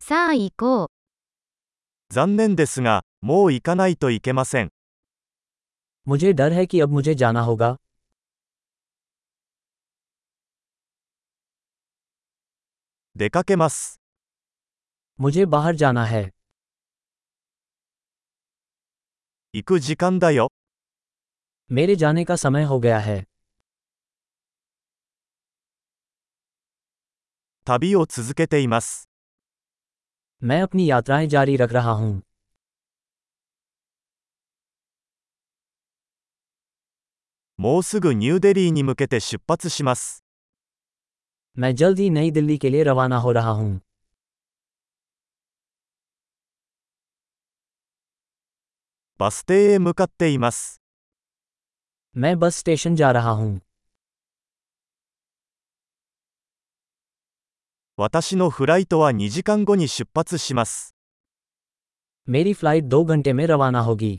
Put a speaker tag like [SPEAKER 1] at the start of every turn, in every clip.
[SPEAKER 1] さあ行こう。
[SPEAKER 2] 残念ですが、もう行かないといけません。
[SPEAKER 3] मुझे डर है कि अब मुझे जाना होगा
[SPEAKER 2] 出かけます。
[SPEAKER 3] मुझे बाहर जाना है
[SPEAKER 2] 行く時間だよ。
[SPEAKER 3] मेरे जाने का समय हो गया है
[SPEAKER 2] 旅を続けています。
[SPEAKER 3] मैं अपनी यात्राएं जारी रख रहा हूँ
[SPEAKER 2] もうすぐニューデリーに向けて出発します。
[SPEAKER 3] मैं जल्द ही नई दिल्ली के लिए रवाना हो रहा हूँ
[SPEAKER 2] バス停へ向かっています。
[SPEAKER 3] मैं बस स्टेशन जा रहा हूँ
[SPEAKER 2] 私のフライトは2時間後に出発します。
[SPEAKER 3] मेरी फ्लाइट दो घंटे में रवाना होगी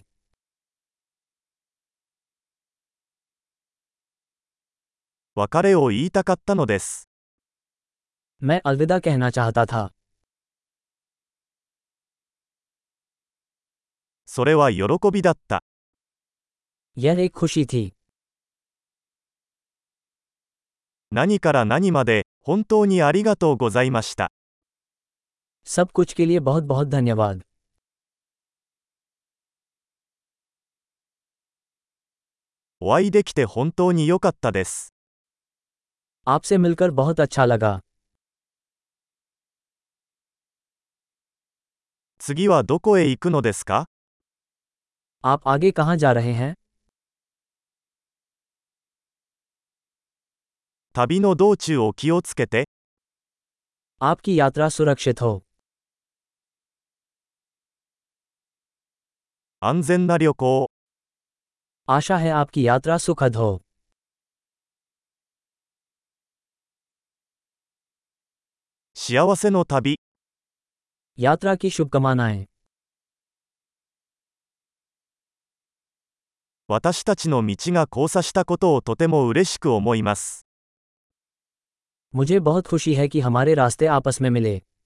[SPEAKER 2] 別れを言いたかったのです。
[SPEAKER 3] मैं अलविदा कहना चाहता था
[SPEAKER 2] それは喜びだった。
[SPEAKER 3] यह एक खुशी थी
[SPEAKER 2] 何から何まで、本当にありがとうございました。
[SPEAKER 3] सब कुछ के लिए बहुत बहुत धन्यवाद
[SPEAKER 2] お会いできて本当に良かったです。
[SPEAKER 3] आपसे मिलकर बहुत अच्छा लगा
[SPEAKER 2] 次はどこへ行くのですか
[SPEAKER 3] आप आगे कहाँ जा रहे हैं
[SPEAKER 2] 旅の道中を気をつけて、
[SPEAKER 3] आपकी यात्रा सुरक्षित हो
[SPEAKER 2] 安全な旅行を。
[SPEAKER 3] आशा है आपकी यात्रा सुखद हो
[SPEAKER 2] 幸せの旅、
[SPEAKER 3] यात्रा की शुभकामनाएं
[SPEAKER 2] 私たちの道が交差したことをとても嬉しく思います。
[SPEAKER 3] मुझे बहुत खुशी है कि हमारे रास्ते आपस में मिले